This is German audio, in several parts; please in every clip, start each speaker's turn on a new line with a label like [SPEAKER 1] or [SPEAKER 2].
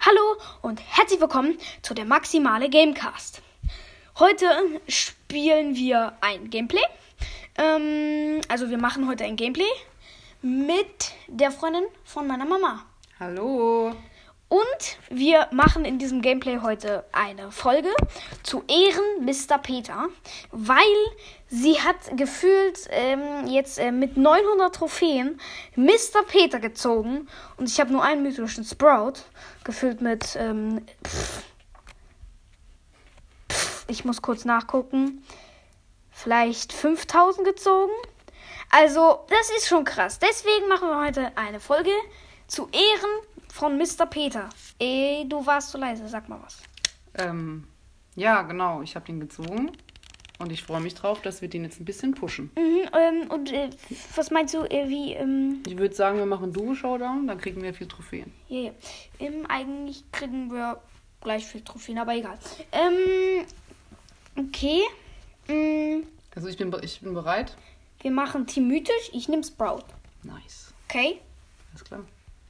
[SPEAKER 1] Hallo und herzlich willkommen zu der Maximale Gamecast. Heute spielen wir ein Gameplay. Ähm, also wir machen heute ein Gameplay mit der Freundin von meiner Mama.
[SPEAKER 2] Hallo.
[SPEAKER 1] Und wir machen in diesem Gameplay heute eine Folge zu Ehren Mr. Peter, weil sie hat gefühlt ähm, jetzt äh, mit 900 Trophäen Mr. Peter gezogen und ich habe nur einen mythischen Sprout gefühlt mit. Ähm, pff, pff, ich muss kurz nachgucken. Vielleicht 5000 gezogen. Also, das ist schon krass. Deswegen machen wir heute eine Folge zu Ehren von Mr. Peter. Ey, Äh, du warst zu leise, sag mal was.
[SPEAKER 2] Ähm, ja, genau. Ich habe den gezogen. Und ich freue mich drauf, dass wir den jetzt ein bisschen pushen.
[SPEAKER 1] Mhm, ähm, und äh, was meinst du, äh, wie, ähm,
[SPEAKER 2] Ich würde sagen, wir machen Duo-Showdown, dann kriegen wir viel Trophäen.
[SPEAKER 1] ja, ja. Ähm, eigentlich kriegen wir gleich viel Trophäen, aber egal. Ähm, okay. Mm,
[SPEAKER 2] Also ich bin, be- ich bin bereit.
[SPEAKER 1] wir machen Team Mythisch, ich nehme Sprout.
[SPEAKER 2] Nice.
[SPEAKER 1] Okay?
[SPEAKER 2] Alles klar.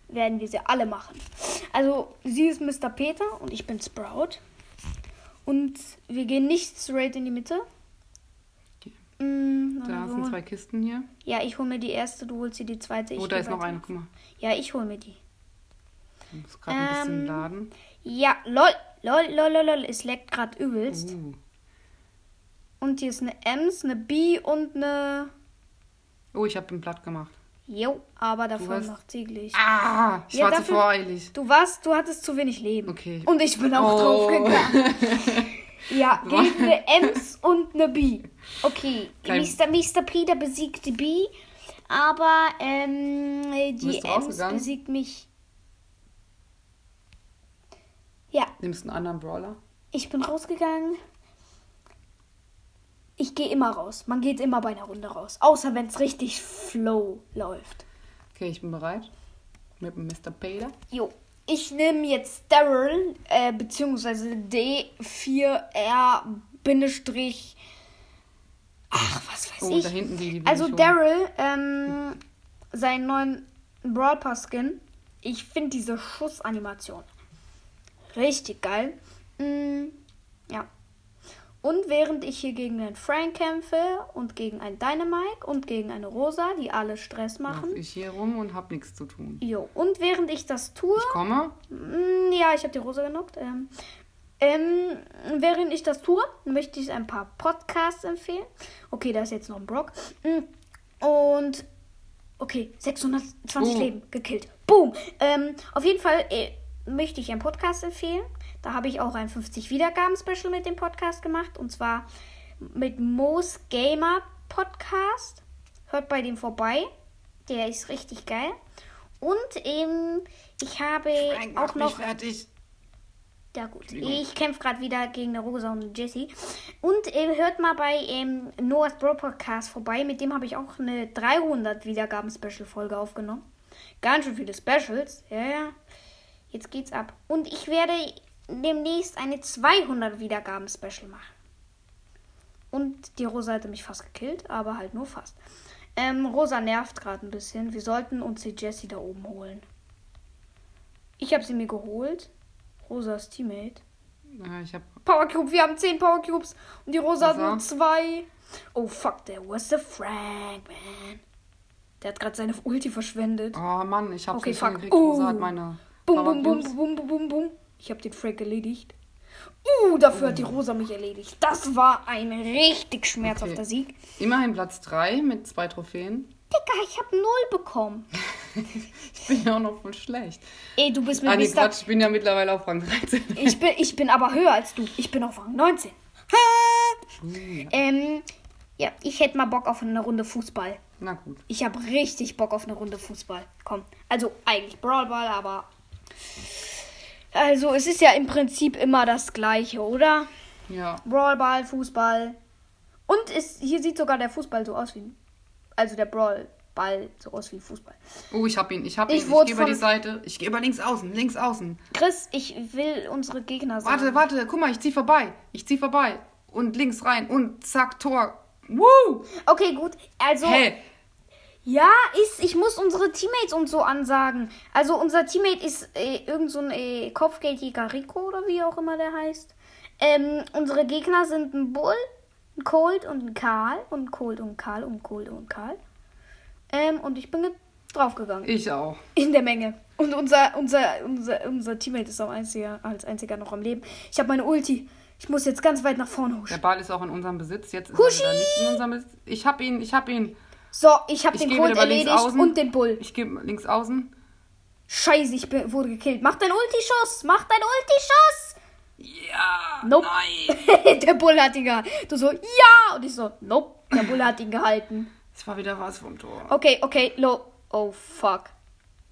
[SPEAKER 1] Werden wir sie alle machen. Also, sie ist Mr. Peter und ich bin Sprout. Und wir gehen nicht straight in die Mitte.
[SPEAKER 2] Okay.
[SPEAKER 1] Mm,
[SPEAKER 2] Da sind zwei Kisten hier.
[SPEAKER 1] Ja, ich hole mir die erste, du holst dir die zweite. Ich
[SPEAKER 2] oh, da
[SPEAKER 1] geh
[SPEAKER 2] ist noch
[SPEAKER 1] weiter.
[SPEAKER 2] eine. Guck mal.
[SPEAKER 1] Ja, ich hole mir die.
[SPEAKER 2] Ich muss gerade ein bisschen
[SPEAKER 1] Ähm,
[SPEAKER 2] laden.
[SPEAKER 1] Ja, lol, lol, lol, lol, lol. Es leckt gerade übelst.
[SPEAKER 2] Uh.
[SPEAKER 1] Und hier ist eine Ems, eine B und eine.
[SPEAKER 2] Oh, ich habe ein Blatt gemacht.
[SPEAKER 1] Jo, aber davon
[SPEAKER 2] hast-
[SPEAKER 1] noch zieglich.
[SPEAKER 2] Ah, ich
[SPEAKER 1] Ja,
[SPEAKER 2] war zu
[SPEAKER 1] dafür-
[SPEAKER 2] voreilig.
[SPEAKER 1] Du warst, du hattest zu wenig Leben.
[SPEAKER 2] Okay.
[SPEAKER 1] Und ich bin auch
[SPEAKER 2] Oh.
[SPEAKER 1] draufgegangen. Ja,
[SPEAKER 2] War-
[SPEAKER 1] gegen eine Ems und eine B. Okay,
[SPEAKER 2] Kein-
[SPEAKER 1] Mr. Mr. Peter besiegt die B, aber ähm, die
[SPEAKER 2] Bist du
[SPEAKER 1] Ems
[SPEAKER 2] rausgegangen?
[SPEAKER 1] besiegt mich. Ja,
[SPEAKER 2] Nimmst einen anderen Brawler?
[SPEAKER 1] Ich bin rausgegangen. Ich gehe immer raus. Man geht immer bei einer Runde raus. Außer wenn es richtig flow läuft.
[SPEAKER 2] Okay, ich bin bereit. Mit dem Mr. Pader.
[SPEAKER 1] Jo. Ich nehme jetzt Daryl, äh, beziehungsweise D4R Bindestrich. Ach, was weiß
[SPEAKER 2] Oh,
[SPEAKER 1] ich.
[SPEAKER 2] da hinten die, die will
[SPEAKER 1] also
[SPEAKER 2] ich holen.
[SPEAKER 1] Daryl, ähm, seinen neuen Brawl Pass Skin. Ich finde diese Schussanimation richtig geil. Mm, ja. Und während ich hier gegen einen Frank kämpfe und gegen einen Dynamite und gegen eine Rosa, die alle Stress
[SPEAKER 2] Mach
[SPEAKER 1] machen.
[SPEAKER 2] ich hier rum und hab nichts zu tun.
[SPEAKER 1] Jo. Und während ich das tue.
[SPEAKER 2] Ich komme.
[SPEAKER 1] Mm, Ja, ich habe die Rosa genockt. Ähm, ähm, während ich das tue, möchte ich ein paar Podcasts empfehlen. Okay, da ist jetzt noch ein Brock. Mm, Und okay, 620
[SPEAKER 2] Oh.
[SPEAKER 1] Leben gekillt. Boom. Ähm, auf jeden Fall äh, möchte ich einen Podcast empfehlen. Da habe ich auch ein 50 Wiedergaben Special mit dem Podcast gemacht und zwar mit Moos Gamer Podcast. Hört bei dem vorbei. Der ist richtig geil. Und ähm, ich habe
[SPEAKER 2] Frank, mach
[SPEAKER 1] auch noch.
[SPEAKER 2] mich fertig.
[SPEAKER 1] Ja gut,
[SPEAKER 2] Entschuldigung.
[SPEAKER 1] ich kämpfe gerade wieder gegen eine Rosa und eine Jessie. Und ähm, hört mal bei ähm, Noah's Bro Podcast vorbei. Mit dem habe ich auch eine 300 Wiedergaben Special Folge aufgenommen. Ganz schön viele Specials. Ja, ja. Jetzt geht's ab. Und ich werde demnächst eine 200 Wiedergaben Special machen. Und die Rosa hätte mich fast gekillt, aber halt nur fast. Ähm, Rosa nervt gerade ein bisschen. Wir sollten uns die Jessie da oben holen. Ich habe sie mir geholt. Rosas Teammate.
[SPEAKER 2] Ja, ich hab.
[SPEAKER 1] Powercube, wir haben 10 Powercubes und die Rosa hat
[SPEAKER 2] Also.
[SPEAKER 1] nur 2. Oh fuck, there was the Frank, man. Der hat gerade seine Ulti verschwendet.
[SPEAKER 2] Oh Mann, ich hab's
[SPEAKER 1] Okay,
[SPEAKER 2] nicht
[SPEAKER 1] fuck.
[SPEAKER 2] hingekriegt. Rosa
[SPEAKER 1] Oh.
[SPEAKER 2] hat meine.
[SPEAKER 1] Bum, bum, bum,
[SPEAKER 2] Powercubes.
[SPEAKER 1] bum, bum, bum, bum. Ich habe den Frank erledigt. Uh, dafür
[SPEAKER 2] Oh.
[SPEAKER 1] hat die Rosa mich erledigt. Das war ein richtig schmerzhafter
[SPEAKER 2] Okay.
[SPEAKER 1] Sieg.
[SPEAKER 2] Immerhin Platz 3 mit zwei Trophäen.
[SPEAKER 1] Digga, ich habe null bekommen.
[SPEAKER 2] Ich bin ja auch noch voll schlecht.
[SPEAKER 1] Ey, du bist mit
[SPEAKER 2] Ah, nee,
[SPEAKER 1] Mr.
[SPEAKER 2] Quatsch, ich bin ja mittlerweile auf Rang 13.
[SPEAKER 1] Ich bin, ich bin aber höher als du. Ich bin auf Rang 19. Ha! Ähm, ja, ich hätte mal Bock auf eine Runde Fußball.
[SPEAKER 2] Na gut.
[SPEAKER 1] Ich habe richtig Bock auf eine Runde Fußball. Komm. Also eigentlich Brawlball, aber. Also es ist ja im Prinzip immer das gleiche, oder?
[SPEAKER 2] Ja.
[SPEAKER 1] Brawlball, Fußball. Und ist, hier sieht sogar der Fußball so aus wie. Also der Brawlball so aus wie Fußball.
[SPEAKER 2] Oh, ich hab ihn. Ich hab ihn.
[SPEAKER 1] Ich
[SPEAKER 2] Ich,
[SPEAKER 1] wurde
[SPEAKER 2] geh über
[SPEAKER 1] von-
[SPEAKER 2] die Seite. Ich gehe über links außen. Links außen.
[SPEAKER 1] Chris, ich will unsere Gegner sagen.
[SPEAKER 2] Warte, warte. Guck mal, ich zieh vorbei. Ich zieh vorbei. Und links rein. Und zack, Tor. Woo!
[SPEAKER 1] Okay, gut. Also.
[SPEAKER 2] Hä?
[SPEAKER 1] Ja, ist, ich muss unsere Teammates und so ansagen. Also unser Teammate ist äh, irgend so ein äh, Kopfgeldjäger Rico oder wie auch immer der heißt. Ähm, unsere Gegner sind ein Bull, ein Cold und ein Karl und Cold und Karl und Cold und Karl. Ähm, und ich bin ge- draufgegangen.
[SPEAKER 2] Ich auch.
[SPEAKER 1] In der Menge. Und unser, unser, unser, unser Teammate ist am einziger, als einziger noch am Leben. Ich habe meine Ulti. Ich muss jetzt ganz weit nach vorne
[SPEAKER 2] Der
[SPEAKER 1] huschen.
[SPEAKER 2] Ball ist auch in unserem Besitz. Jetzt ist er
[SPEAKER 1] Huschi!
[SPEAKER 2] wieder nicht in unserem Besitz. Ich hab ihn, ich hab ihn.
[SPEAKER 1] So, ich habe
[SPEAKER 2] Ich
[SPEAKER 1] den
[SPEAKER 2] gebe
[SPEAKER 1] Colt
[SPEAKER 2] dir mal links
[SPEAKER 1] erledigt
[SPEAKER 2] außen.
[SPEAKER 1] und den Bull.
[SPEAKER 2] Ich gebe links außen.
[SPEAKER 1] Scheiße, ich bin, wurde gekillt. Mach deinen Ulti-Schuss! Mach deinen Ulti-Schuss!
[SPEAKER 2] Ja!
[SPEAKER 1] Nope.
[SPEAKER 2] Nein!
[SPEAKER 1] der Bull hat ihn gehalten. Du so, ja! Und ich so, nope. Der Bull hat ihn gehalten.
[SPEAKER 2] Es war wieder was vom Tor.
[SPEAKER 1] Okay, okay, low. Oh, fuck.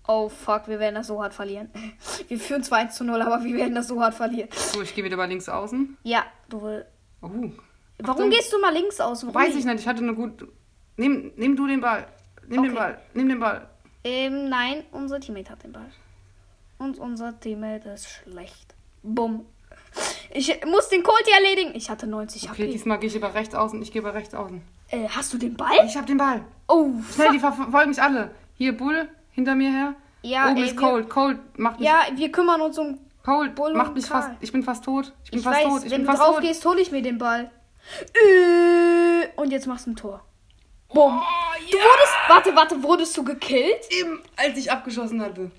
[SPEAKER 1] Oh, fuck, wir werden das so hart verlieren. Wir führen zwar 1 zu 0, aber wir werden das so hart verlieren.
[SPEAKER 2] So, ich gehe wieder bei links außen.
[SPEAKER 1] Ja, du will.
[SPEAKER 2] Oh.
[SPEAKER 1] Warum
[SPEAKER 2] Achtung.
[SPEAKER 1] gehst du mal links aus?
[SPEAKER 2] Weiß ich nicht, ich hatte eine gute. Nimm, nimm du den Ball. Nimm den
[SPEAKER 1] Okay.
[SPEAKER 2] Ball. Nimm den Ball.
[SPEAKER 1] Ähm, nein, unser Teammate hat den Ball. Und unser Teammate ist schlecht. Bumm. Ich muss den Colt hier erledigen. Ich hatte 90
[SPEAKER 2] Okay,
[SPEAKER 1] HP.
[SPEAKER 2] diesmal gehe ich über rechts außen. Ich gehe über rechts außen.
[SPEAKER 1] Äh, hast du den Ball?
[SPEAKER 2] Ich hab den Ball.
[SPEAKER 1] Oh,
[SPEAKER 2] Schnell,
[SPEAKER 1] fuck.
[SPEAKER 2] die verfolgen mich alle. Hier, Bull, hinter mir her.
[SPEAKER 1] Ja,
[SPEAKER 2] Oben
[SPEAKER 1] ey,
[SPEAKER 2] ist
[SPEAKER 1] wir-
[SPEAKER 2] Cold. Cold macht mich,
[SPEAKER 1] Ja, wir kümmern uns um.
[SPEAKER 2] Cold
[SPEAKER 1] Bull
[SPEAKER 2] macht
[SPEAKER 1] und
[SPEAKER 2] mich
[SPEAKER 1] Karl.
[SPEAKER 2] fast. Ich bin fast tot. Ich bin
[SPEAKER 1] Ich
[SPEAKER 2] fast
[SPEAKER 1] weiß,
[SPEAKER 2] tot. Ich
[SPEAKER 1] wenn
[SPEAKER 2] bin
[SPEAKER 1] du
[SPEAKER 2] fast
[SPEAKER 1] drauf
[SPEAKER 2] tot.
[SPEAKER 1] gehst, hole ich mir den Ball. Äh, Und jetzt machst du ein Tor. Bumm.
[SPEAKER 2] Oh,
[SPEAKER 1] Du wurdest. Warte, warte, wurdest du gekillt?
[SPEAKER 2] Eben, als ich abgeschossen hatte.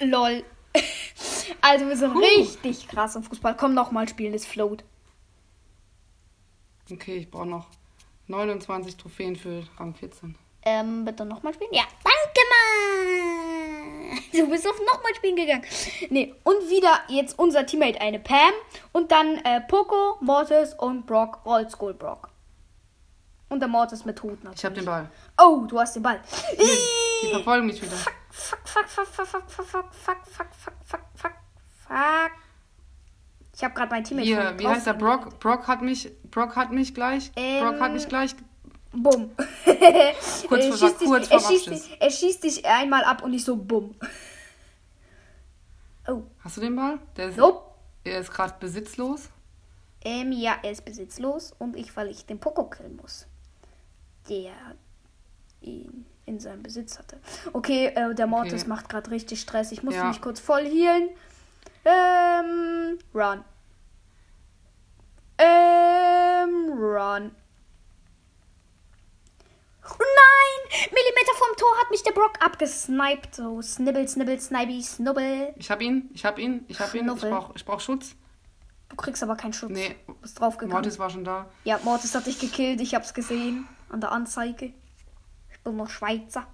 [SPEAKER 1] Lol. Also wir sind
[SPEAKER 2] Puh.
[SPEAKER 1] richtig krass im Fußball. Komm nochmal spielen, das float.
[SPEAKER 2] Okay, ich brauche noch 29 Trophäen für Rang 14.
[SPEAKER 1] Ähm, bitte nochmal spielen? Ja. Danke, Mann! Du bist auf nochmal spielen gegangen. Nee, und wieder jetzt unser Teammate, eine Pam. Und dann äh, Poco, Mortis und Brock, Oldschool Brock. Und der Mortis mit Hut natürlich.
[SPEAKER 2] Ich habe den Ball.
[SPEAKER 1] Oh, du hast den Ball.
[SPEAKER 2] Die verfolgen mich wieder.
[SPEAKER 1] Fuck, fuck, fuck, fuck, fuck, fuck, fuck, fuck, fuck, fuck, fuck, fuck, fuck. Ich habe gerade mein Teammate
[SPEAKER 2] Hier,
[SPEAKER 1] schon
[SPEAKER 2] wie heißt der?
[SPEAKER 1] draufgelegt.
[SPEAKER 2] Brock? Brock hat mich, Brock hat mich gleich.
[SPEAKER 1] Ähm,
[SPEAKER 2] Brock hat mich gleich.
[SPEAKER 1] Bumm.
[SPEAKER 2] vor-
[SPEAKER 1] er schießt, dich,
[SPEAKER 2] kurz
[SPEAKER 1] er,
[SPEAKER 2] vor
[SPEAKER 1] schießt
[SPEAKER 2] Abschluss.
[SPEAKER 1] dich, er schießt dich einmal ab und ich so bumm. Oh,
[SPEAKER 2] Hast du den Ball? Der ist,
[SPEAKER 1] nope.
[SPEAKER 2] er ist gerade besitzlos.
[SPEAKER 1] Ähm, ja, er ist besitzlos und ich, weil ich den Poco killen muss. Der ihn in seinem Besitz hatte. Okay, äh, der Mortis
[SPEAKER 2] Okay.
[SPEAKER 1] macht gerade richtig Stress. Ich muss
[SPEAKER 2] Ja.
[SPEAKER 1] mich kurz voll healen. Ähm, run. Ähm, run. Nein! Millimeter vom Tor hat mich der Brock abgesniped. So, snibbel, snibbel, snibby, snubbel.
[SPEAKER 2] Ich hab ihn, ich hab ihn, ich hab ihn. Ich
[SPEAKER 1] Schnuffel.
[SPEAKER 2] brauch, ich brauch Schutz.
[SPEAKER 1] Du kriegst aber keinen Schutz.
[SPEAKER 2] Nee.
[SPEAKER 1] Du bist draufgegangen.
[SPEAKER 2] Mortis war schon da.
[SPEAKER 1] Ja, Mortis hat dich gekillt, ich hab's gesehen. An der Anzeige. Ich bin noch Schweizer.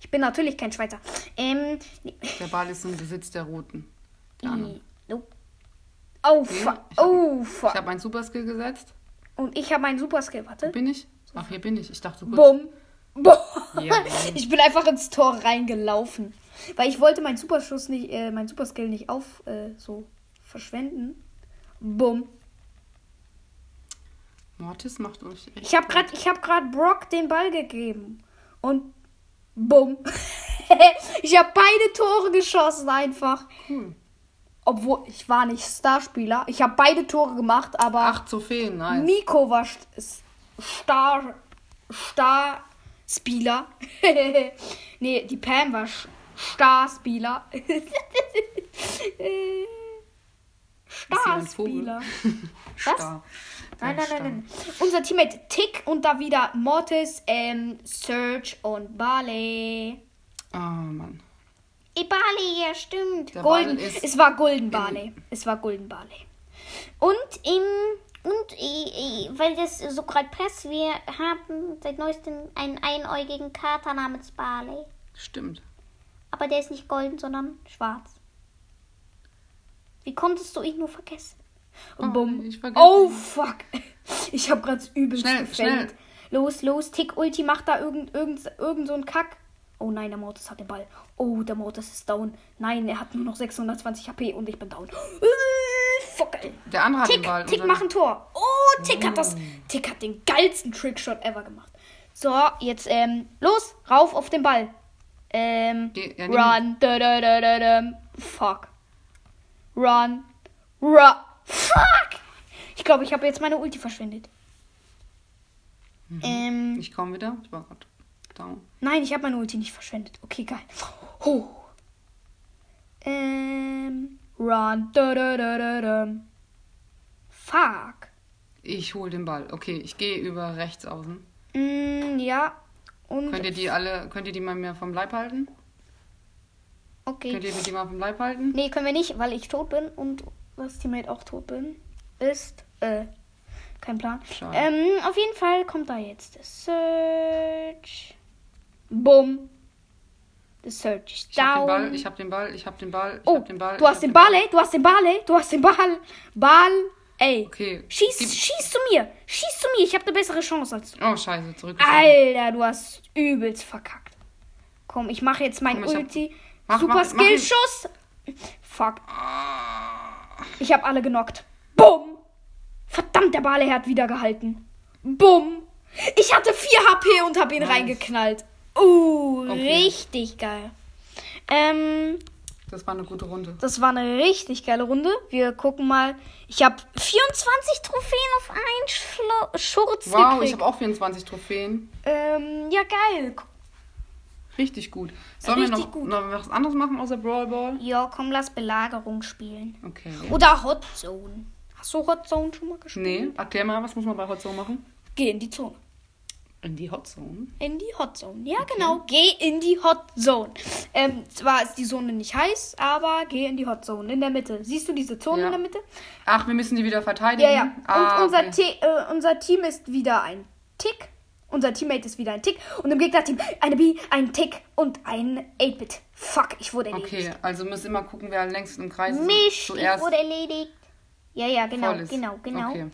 [SPEAKER 1] Ich bin natürlich kein Schweizer. Ähm, nee.
[SPEAKER 2] Der Ball ist im Besitz der Roten. Der anderen.
[SPEAKER 1] Nope. Oh, fuck.
[SPEAKER 2] ich hab-
[SPEAKER 1] Oh,
[SPEAKER 2] Ich
[SPEAKER 1] fuck.
[SPEAKER 2] habe einen Superskill gesetzt.
[SPEAKER 1] Und ich habe meinen Superskill, warte.
[SPEAKER 2] Bin ich? Ach, hier bin ich. Ich dachte gut.
[SPEAKER 1] Bumm. Bumm.
[SPEAKER 2] Ja.
[SPEAKER 1] Ich bin einfach ins Tor reingelaufen. Weil ich wollte meinen Superschuss nicht, äh, meinen Superskill nicht auf, äh, so verschwenden. Bumm.
[SPEAKER 2] Mortis macht euch echt.
[SPEAKER 1] Ich habe gerade ich habe gerade Brock den Ball gegeben und bumm. ich habe beide Tore geschossen einfach.
[SPEAKER 2] Cool.
[SPEAKER 1] Obwohl ich war nicht Starspieler. Ich habe beide Tore gemacht, aber
[SPEAKER 2] Acht Trophäen, nice.
[SPEAKER 1] Nico war St- S- Star Starspieler. nee, die Pam war Sch- Starspieler. Äh,
[SPEAKER 2] ein Vogel?
[SPEAKER 1] Starspieler. Was?
[SPEAKER 2] Star.
[SPEAKER 1] Nein,
[SPEAKER 2] Ja,
[SPEAKER 1] nein,
[SPEAKER 2] Star.
[SPEAKER 1] nein, nein. Unser Teammate Tick und da wieder Mortis, ähm, Serge und Barley.
[SPEAKER 2] Oh Mann.
[SPEAKER 1] Eh, Barley, ja, stimmt.
[SPEAKER 2] Der
[SPEAKER 1] Golden,
[SPEAKER 2] Barley ist-
[SPEAKER 1] es war Golden Barley. Es war Golden Barley.
[SPEAKER 3] Und im und äh, äh, weil das so gerade passt, wir haben seit neuestem einen einäugigen Kater namens Barley.
[SPEAKER 2] Stimmt.
[SPEAKER 3] Aber der ist nicht golden, sondern schwarz. Wie konntest du ihn nur vergessen?
[SPEAKER 2] Oh,
[SPEAKER 1] Bumm.
[SPEAKER 2] ich vergesse
[SPEAKER 1] Oh,
[SPEAKER 2] ihn.
[SPEAKER 1] fuck. Ich hab grad übelst
[SPEAKER 2] Schnell,
[SPEAKER 1] gefällt.
[SPEAKER 2] schnell.
[SPEAKER 1] Los, los, Tick, Ulti, macht da irgend, irgend, irgend so einen Kack. Oh nein, der Mortis hat den Ball. Oh, der Mortis ist down. Nein, er hat nur noch 620 HP und ich bin down. Äh, Fuck, ey.
[SPEAKER 2] Der andere hat den
[SPEAKER 1] Tick,
[SPEAKER 2] Ball.
[SPEAKER 1] Tick,
[SPEAKER 2] und dann-
[SPEAKER 1] mach ein Tor. Oh, Tick hat das. Tick hat den geilsten Trickshot ever gemacht. So, jetzt, ähm, los, rauf auf den Ball. Ähm,
[SPEAKER 2] Geh- ja, nimm-
[SPEAKER 1] run. Da, da, da, da, da. Fuck. Run. Run. Fuck! Ich glaube, ich habe jetzt meine Ulti verschwendet. Ähm,
[SPEAKER 2] Mhm. Ich komme wieder. Ich war gerade down.
[SPEAKER 1] Nein, ich habe meine Ulti nicht verschwendet. Okay, geil. Ho. Ähm. Run. Da, da, da, da, da. Fuck.
[SPEAKER 2] Ich hole den Ball. Okay, ich gehe über rechts außen.
[SPEAKER 1] Mm, ja. Und.
[SPEAKER 2] Könnt ihr die alle, könnt ihr die mal mir vom Leib halten?
[SPEAKER 1] okay.
[SPEAKER 2] Könnt ihr mir die mal vom Leib halten?
[SPEAKER 1] Nee, können wir nicht, weil ich tot bin und das Teammate auch tot bin. Ist, äh, kein Plan.
[SPEAKER 2] Schade.
[SPEAKER 1] Ähm, auf jeden Fall kommt da jetzt der Search. Bumm. Der Search ist
[SPEAKER 2] Ich hab den Ball,
[SPEAKER 1] down.
[SPEAKER 2] ich hab den Ball, ich hab den Ball, ich
[SPEAKER 1] oh,
[SPEAKER 2] hab den Ball.
[SPEAKER 1] du
[SPEAKER 2] ich
[SPEAKER 1] hast
[SPEAKER 2] hab
[SPEAKER 1] den Ball, ey, du hast den Ball, ey, du hast den Ball. Ball, ey.
[SPEAKER 2] Okay.
[SPEAKER 1] Schieß,
[SPEAKER 2] gib-
[SPEAKER 1] schieß zu mir. Schieß zu mir, ich habe eine bessere Chance als du.
[SPEAKER 2] Oh, scheiße, zurück.
[SPEAKER 1] Alter, du hast übelst verkackt. Komm, ich mache jetzt meinen
[SPEAKER 2] Komm, ich hab-
[SPEAKER 1] Ulti.
[SPEAKER 2] Mach, mach,
[SPEAKER 1] Super
[SPEAKER 2] mach ihn. Ah.
[SPEAKER 1] Skillschuss. Fuck. Ich habe alle genockt. Bumm. Verdammt, der Bale hat wieder gehalten. Bumm. Ich hatte 4 HP und habe ihn reingeknallt. Uh,
[SPEAKER 2] Okay.
[SPEAKER 1] richtig geil. Ähm,
[SPEAKER 2] Das war eine gute Runde.
[SPEAKER 1] das war eine richtig geile Runde. Wir gucken mal. Ich habe 24 Trophäen auf einen Schlo Schurz
[SPEAKER 2] Wow, ich
[SPEAKER 1] gekriegt.
[SPEAKER 2] habe auch 24 Trophäen.
[SPEAKER 1] ähm, ja, geil.
[SPEAKER 2] Richtig gut. Sollen wir
[SPEAKER 1] Richtig
[SPEAKER 2] noch,
[SPEAKER 1] gut.
[SPEAKER 2] noch was anderes machen außer Brawl Ball?
[SPEAKER 1] Ja, komm, lass Belagerung spielen.
[SPEAKER 2] Okay.
[SPEAKER 1] Oder Hot Zone. Hast du Hot Zone schon mal gespielt?
[SPEAKER 2] Nee, erklär mal, was muss man bei Hot Zone machen?
[SPEAKER 1] Geh in die Zone.
[SPEAKER 2] In die Hot Zone.
[SPEAKER 1] In die Hot Zone. Ja, genau. Geh in die Hot Zone. Ähm, zwar ist die Zone nicht heiß, aber geh in die Hot Zone. In der Mitte. Siehst du diese Zone
[SPEAKER 2] Ja.
[SPEAKER 1] in der Mitte?
[SPEAKER 2] Ach, wir müssen die wieder verteidigen.
[SPEAKER 1] Ja, ja. Und
[SPEAKER 2] Ah,
[SPEAKER 1] unser,
[SPEAKER 2] okay.
[SPEAKER 1] Te äh, unser Team ist wieder ein Tick. Unser Teammate ist wieder ein Tick. Und im Gegnerteam eine B, ein Tick und ein 8-Bit. Fuck, ich wurde erledigt.
[SPEAKER 2] Okay, also müssen immer gucken, wer längst im Kreis ist.
[SPEAKER 3] Mich, ich
[SPEAKER 2] Zuerst
[SPEAKER 3] wurde erledigt.
[SPEAKER 1] Ja, ja, genau.
[SPEAKER 2] voll ist.
[SPEAKER 3] genau, genau.
[SPEAKER 2] Okay.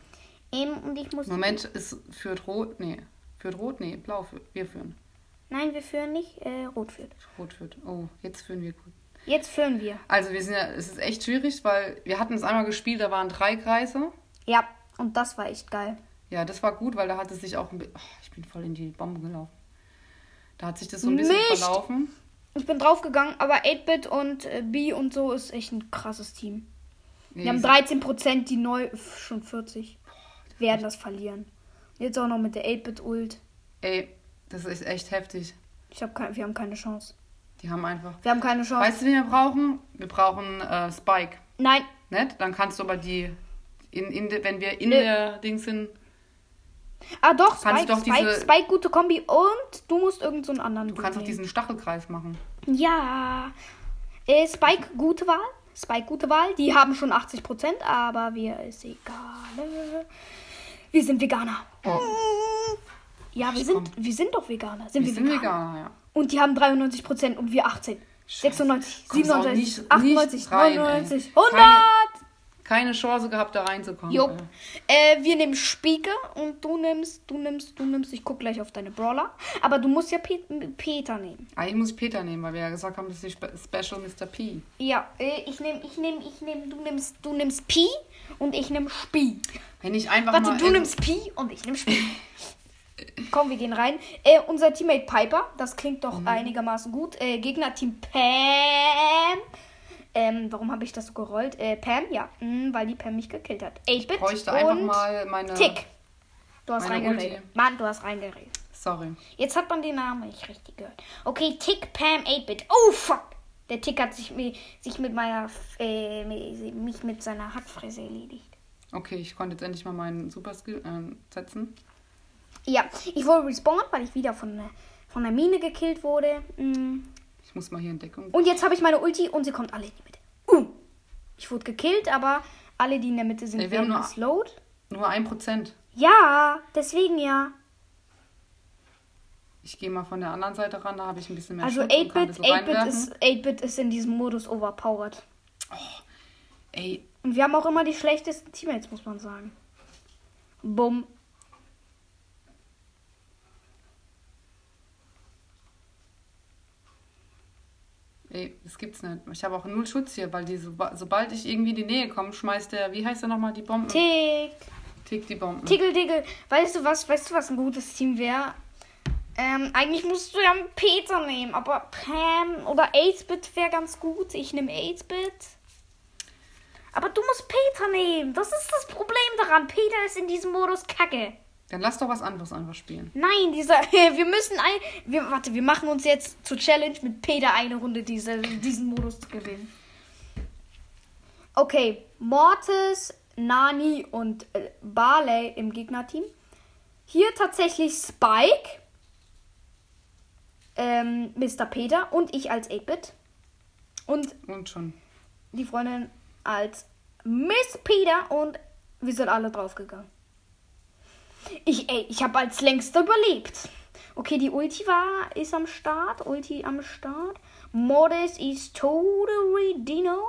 [SPEAKER 3] Ähm, und ich muss.
[SPEAKER 2] Moment, ist führt rot? Nee. Führt rot? Nee, blau. Führt. Wir führen.
[SPEAKER 3] Nein, wir führen nicht. Äh, rot führt.
[SPEAKER 2] Rot führt. Oh, jetzt führen wir gut.
[SPEAKER 1] Jetzt führen wir.
[SPEAKER 2] Also wir sind ja, es ist echt schwierig, weil wir hatten es einmal gespielt, da waren drei Kreise.
[SPEAKER 1] Ja, und das war echt geil.
[SPEAKER 2] Ja, das war gut, weil da hat es sich auch ein bisschen. Oh, ich bin voll in die Bombe gelaufen. Da hat sich das so ein bisschen
[SPEAKER 1] Mist!
[SPEAKER 2] verlaufen.
[SPEAKER 1] Ich bin draufgegangen, aber 8-Bit und äh, B und so ist echt ein krasses Team.
[SPEAKER 2] Nee,
[SPEAKER 1] Wir haben
[SPEAKER 2] ich-
[SPEAKER 1] 13%, die neu pf, schon 40 werden das verlieren. Und Jetzt auch noch mit der 8-Bit-Ult.
[SPEAKER 2] Ey, das ist echt heftig.
[SPEAKER 1] Ich hab kein, wir haben keine Chance.
[SPEAKER 2] Die haben einfach.
[SPEAKER 1] Wir haben keine Chance.
[SPEAKER 2] Weißt du, wen wir brauchen? Wir brauchen äh, Spike.
[SPEAKER 1] Nein,
[SPEAKER 2] Nett? Dann kannst du aber die. In, in, de- wenn wir in
[SPEAKER 1] Nö.
[SPEAKER 2] der Dings sind.
[SPEAKER 1] ah doch,
[SPEAKER 2] Kannst
[SPEAKER 1] Spike,
[SPEAKER 2] doch diese-
[SPEAKER 1] Spike, Spike, gute Kombi und du musst irgendeinen so einen anderen
[SPEAKER 2] Du kannst auch
[SPEAKER 1] Dude nehmen.
[SPEAKER 2] diesen Stachelkreis machen.
[SPEAKER 1] Ja. Äh, Spike, gute Wahl. Spike, gute Wahl. Die haben schon 80%, aber wir ist egal. Wir sind Veganer.
[SPEAKER 2] Oh,
[SPEAKER 1] Ja, wir sind, wir sind doch Veganer. Sind
[SPEAKER 2] wir
[SPEAKER 1] wir,
[SPEAKER 2] sind
[SPEAKER 1] Veganer?
[SPEAKER 2] Veganer, ja.
[SPEAKER 1] Und die haben 93 Prozent und wir 18. 96,
[SPEAKER 2] Kommst auch
[SPEAKER 1] 97,
[SPEAKER 2] nicht-
[SPEAKER 1] 98,
[SPEAKER 2] nicht rein, ey.
[SPEAKER 1] 99,
[SPEAKER 2] Keine-
[SPEAKER 1] 100.
[SPEAKER 2] Keine Chance gehabt, da reinzukommen.
[SPEAKER 1] Jupp.
[SPEAKER 2] ey.
[SPEAKER 1] Äh, wir nehmen Spiegel und du nimmst, du nimmst, du nimmst. Ich guck gleich auf deine Brawler. Aber du musst ja Pe Peter nehmen.
[SPEAKER 2] Eigentlich muss ich Peter nehmen, weil wir ja gesagt haben, das ist die Spe Special Mr. P.
[SPEAKER 1] Ja, äh, ich nehme, ich nehme, ich nehme, du nimmst, du nimmst Pi und ich nehme Spie.
[SPEAKER 2] Wenn ich einfach
[SPEAKER 1] Warte,
[SPEAKER 2] mal
[SPEAKER 1] du
[SPEAKER 2] in-
[SPEAKER 1] nimmst Pi und ich nehme Spie. Komm, wir gehen rein. Äh, unser Teammate Piper, das klingt doch
[SPEAKER 2] Mhm.
[SPEAKER 1] einigermaßen gut. Äh, Gegnerteam Pam. Ähm, warum habe ich das so gerollt? Äh, Pam, ja, mh, weil die Pam mich gekillt hat. 8-Bit
[SPEAKER 2] bräuchte einfach
[SPEAKER 1] und
[SPEAKER 2] mal meine.
[SPEAKER 1] Tick. Du hast
[SPEAKER 2] meine
[SPEAKER 1] reingeredet.
[SPEAKER 2] Ulti.
[SPEAKER 1] Mann, du hast reingeredet.
[SPEAKER 2] Sorry.
[SPEAKER 1] Jetzt hat man den Namen nicht richtig gehört. Okay, Tick, Pam, 8-Bit. Oh, fuck. Der Tick hat sich, mi- sich mit meiner, äh, mi- mich mit seiner Hackfresse erledigt.
[SPEAKER 2] Okay, ich konnte jetzt endlich mal meinen Super Skill ähm, setzen.
[SPEAKER 1] Ja, ich wurde respawned, weil ich wieder von, der- von der Mine gekillt wurde. Mm.
[SPEAKER 2] Ich muss mal hier in Deckung.
[SPEAKER 1] Und jetzt habe ich meine Ulti und sie kommt alle in die Mitte. Uh. Ich wurde gekillt, aber alle, die in der Mitte sind,
[SPEAKER 2] Ey, wir haben
[SPEAKER 1] werden
[SPEAKER 2] nur-
[SPEAKER 1] geslowed.
[SPEAKER 2] Nur ein Prozent.
[SPEAKER 1] Ja, deswegen ja.
[SPEAKER 2] Ich gehe mal von der anderen Seite ran, da habe ich ein bisschen mehr
[SPEAKER 1] Also
[SPEAKER 2] Schutz und kann
[SPEAKER 1] 8-Bit
[SPEAKER 2] ein bisschen
[SPEAKER 1] 8-Bit
[SPEAKER 2] reinwerfen.
[SPEAKER 1] ist, 8-Bit ist in diesem Modus overpowered.
[SPEAKER 2] Ey,
[SPEAKER 1] Und wir haben auch immer die schlechtesten Teammates, muss man sagen. Bumm.
[SPEAKER 2] ey, das gibt's nicht. Ich habe auch null Schutz hier, weil die, soba- sobald ich irgendwie in die Nähe komme, schmeißt der, wie heißt der nochmal, die Bomben?
[SPEAKER 1] Tick.
[SPEAKER 2] Tick die Bomben.
[SPEAKER 1] Tickel, Tickel. Weißt du was? Weißt du, was ein gutes Team wäre? Ähm, eigentlich musst du ja einen Peter nehmen, aber Pam oder 8-Bit wäre ganz gut. Ich nehme 8-Bit. Aber du musst Peter nehmen. Das ist das Problem daran. Peter ist in diesem Modus kacke.
[SPEAKER 2] Dann lass doch was anderes einfach spielen.
[SPEAKER 1] Nein, dieser. Wir müssen ein. Wir, warte, wir machen uns jetzt zur Challenge mit Peter eine Runde, diese, diesen Modus zu gewinnen. Okay, Mortis, Nani und äh, Barley im Gegnerteam. Hier tatsächlich Spike, ähm, Mr. Peter und ich als 8-Bit. Und
[SPEAKER 2] Und schon.
[SPEAKER 1] die Freundin als Miss Peter und wir sind alle draufgegangen. Ich, ey, ich habe als längster überlebt. Okay, die Ulti war, ist am Start. Ulti am Start. Mordes ist totally Dino.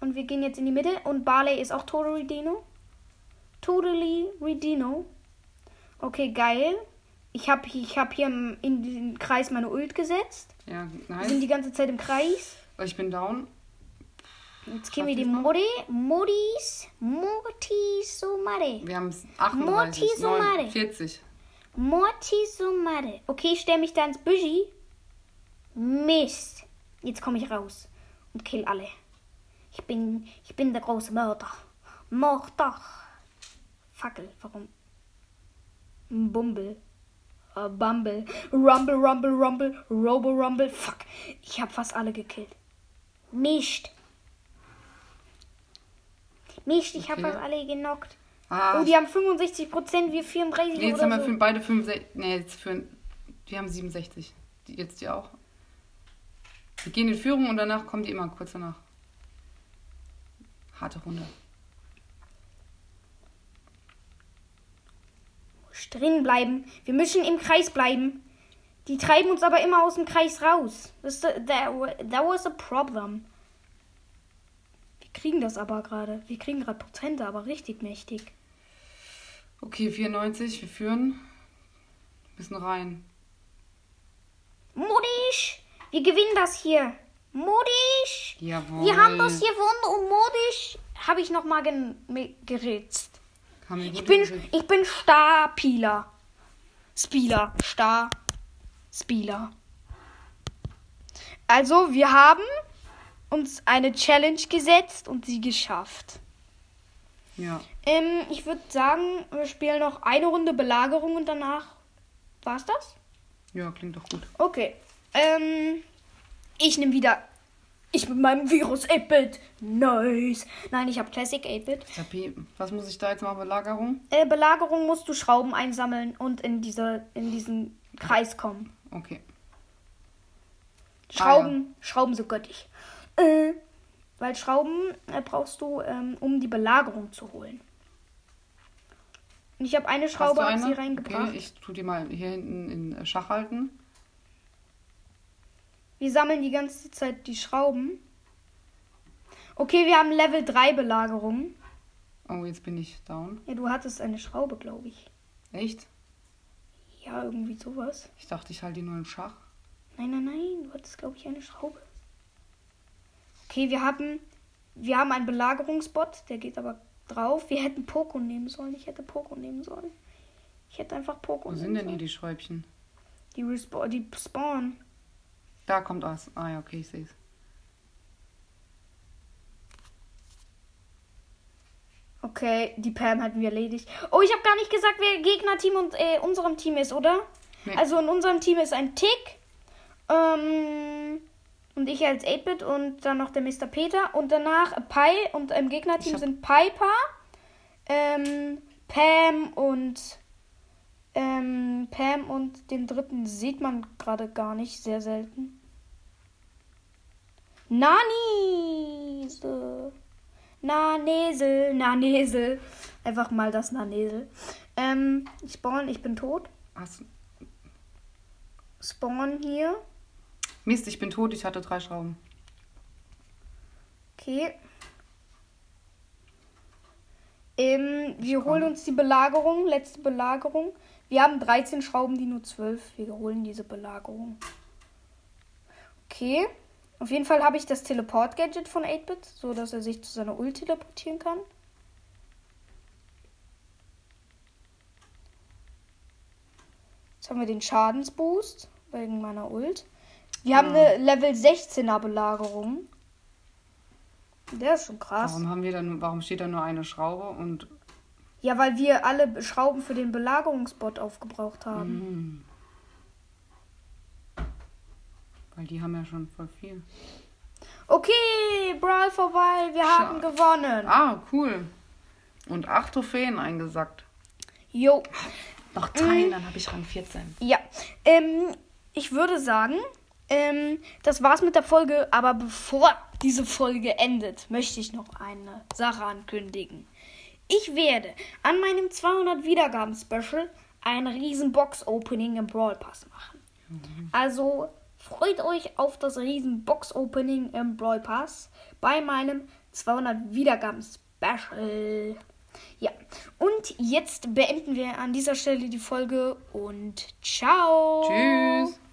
[SPEAKER 1] Und wir gehen jetzt in die Mitte. Und Barley ist auch totally Dino. Totally Redino. Okay, geil. Ich habe ich hab hier im- in den Kreis meine Ult gesetzt.
[SPEAKER 2] Ja,
[SPEAKER 1] Wir sind
[SPEAKER 2] nice.
[SPEAKER 1] die ganze Zeit im Kreis.
[SPEAKER 2] Ich bin down.
[SPEAKER 1] Jetzt kennen wir die
[SPEAKER 2] Schaffen wir's noch?
[SPEAKER 1] Mori, Moris, Mortisumare.
[SPEAKER 2] Wir haben es 38,
[SPEAKER 3] Mortisumare.
[SPEAKER 2] 9, 40.
[SPEAKER 1] Mortisumare. Okay, ich stelle mich da ins Büschi. Mist. Jetzt komme ich raus und kill alle. Ich bin, ich bin der große Mörder. Mörder. Fackel, warum? Bumble. Äh, Bumble. Rumble, Rumble, Rumble. Robo Rumble. Fuck. Ich habe fast alle gekillt.
[SPEAKER 3] Mist.
[SPEAKER 1] Mist, ich habe
[SPEAKER 2] Okay.
[SPEAKER 1] fast alle genockt.
[SPEAKER 2] Ah,
[SPEAKER 1] Oh, die haben 65%, wir 34
[SPEAKER 2] nee, jetzt
[SPEAKER 1] oder
[SPEAKER 2] haben wir
[SPEAKER 1] so.
[SPEAKER 2] für beide 65. Nee, jetzt für. Die haben 67. Die, jetzt die auch. Die gehen in Führung und danach kommen die immer kurz danach. Harte Runde.
[SPEAKER 1] drin bleiben. Wir müssen im Kreis bleiben. Die treiben uns aber immer aus dem Kreis raus. Das, äh, that, that was a problem. Wir kriegen das aber gerade. Wir kriegen gerade Prozente, aber richtig mächtig.
[SPEAKER 2] Okay, 94, wir führen. Müssen rein.
[SPEAKER 1] Modisch! Wir gewinnen das hier. Modisch!
[SPEAKER 2] Jawohl.
[SPEAKER 1] Wir haben das hier gewonnen und modisch habe ich nochmal geritzt.
[SPEAKER 2] Haben wir
[SPEAKER 1] Ich
[SPEAKER 2] gut
[SPEAKER 1] bin,
[SPEAKER 2] hingekriegt.
[SPEAKER 1] ich bin Starpieler. Spieler. Star. Spieler. Also, wir haben uns eine Challenge gesetzt und sie geschafft.
[SPEAKER 2] Ja.
[SPEAKER 1] Ähm, ich würde sagen, wir spielen noch eine Runde Belagerung und danach war's das?
[SPEAKER 2] ja, klingt doch gut.
[SPEAKER 1] Okay. Ähm, ich nehme wieder. Ich mit meinem Virus 8-Bit. Nice. Nein, ich habe Classic 8-Bit.
[SPEAKER 2] Tapet. Was muss ich da jetzt machen? Belagerung?
[SPEAKER 1] äh, Belagerung musst du Schrauben einsammeln und in, diese, in diesen Kreis kommen.
[SPEAKER 2] Okay. Ah,
[SPEAKER 1] Schrauben, Schrauben sind göttlich. Äh, weil Schrauben äh, brauchst du, ähm, um die Belagerung zu holen. Und ich habe eine
[SPEAKER 2] Hast du
[SPEAKER 1] Schraube hab
[SPEAKER 2] eine?
[SPEAKER 1] sie reingebracht.
[SPEAKER 2] Okay, ich tue die mal hier hinten in äh, Schach halten.
[SPEAKER 1] Wir sammeln die ganze Zeit die Schrauben. Okay, wir haben Level 3 Belagerung.
[SPEAKER 2] Oh, jetzt bin ich down.
[SPEAKER 1] Ja, du hattest eine Schraube, glaube ich.
[SPEAKER 2] Echt?
[SPEAKER 1] Ja, irgendwie sowas.
[SPEAKER 2] Ich dachte, ich halte die nur im Schach.
[SPEAKER 1] Nein, nein, nein, du hattest, glaube ich, eine Schraube. Okay, wir haben, wir haben einen Belagerungsbot, der geht aber drauf. Wir hätten Poco nehmen sollen. Ich hätte Poco nehmen sollen. Ich hätte einfach Poco
[SPEAKER 2] Wo
[SPEAKER 1] nehmen
[SPEAKER 2] sind denn die,
[SPEAKER 1] sollen.
[SPEAKER 2] die Schräubchen?
[SPEAKER 1] Die, respa die spawnen.
[SPEAKER 2] Da kommt was. Ah ja, okay, ich sehe es.
[SPEAKER 1] Okay, die Pam hatten wir erledigt. Oh, ich habe gar nicht gesagt, wer Gegnerteam und äh, unserem Team ist, oder?
[SPEAKER 2] Nee.
[SPEAKER 1] Also in unserem Team ist ein Tick. Ähm, und ich als 8-Bit und dann noch der Mr. Peter. Und danach Pi und im
[SPEAKER 2] Ich
[SPEAKER 1] Gegnerteam
[SPEAKER 2] hab-
[SPEAKER 1] sind Piper, ähm, Pam und ähm, Pam und den dritten sieht man gerade gar nicht, sehr selten. Nanise. Nanesel, Nanesel. Einfach mal das Nanesel. Ähm, ich spawn, ich bin tot.
[SPEAKER 2] Hast du-
[SPEAKER 1] Spawn hier.
[SPEAKER 2] Mist, ich bin tot, ich hatte drei Schrauben.
[SPEAKER 1] Okay. Ähm, wir holen uns die Belagerung, letzte Belagerung. Wir haben 13 Schrauben, die nur 12. Wir holen diese Belagerung. Okay. Auf jeden Fall habe ich das Teleport-Gadget von 8-Bit, so dass er sich zu seiner Ult teleportieren kann. Jetzt haben wir den Schadensboost wegen meiner Ult. Wir haben eine Level 16er Belagerung. Der ist schon krass.
[SPEAKER 2] Warum haben wir dann, warum steht da nur eine Schraube und
[SPEAKER 1] Ja, weil wir alle Schrauben für den Belagerungsbot aufgebraucht haben.
[SPEAKER 2] Mhm. Weil die haben ja schon voll viel.
[SPEAKER 1] Okay, Brawl vorbei. Wir haben
[SPEAKER 2] Schade.
[SPEAKER 1] gewonnen.
[SPEAKER 2] Ah, cool. Und acht Trophäen eingesackt.
[SPEAKER 1] Jo. Mhm.
[SPEAKER 2] Noch drei, dann habe ich Rang 14.
[SPEAKER 1] Ja, ähm, ich würde sagen, ähm, das war's mit der Folge. Aber bevor diese Folge endet, möchte ich noch eine Sache ankündigen. Ich werde an meinem 200 Wiedergaben Special ein riesen Box Opening im Brawl Pass machen. Also freut euch auf das riesen Box Opening im Brawl Pass bei meinem 200 Wiedergaben Special. Ja, und jetzt beenden wir an dieser Stelle die Folge und ciao.
[SPEAKER 2] Tschüss.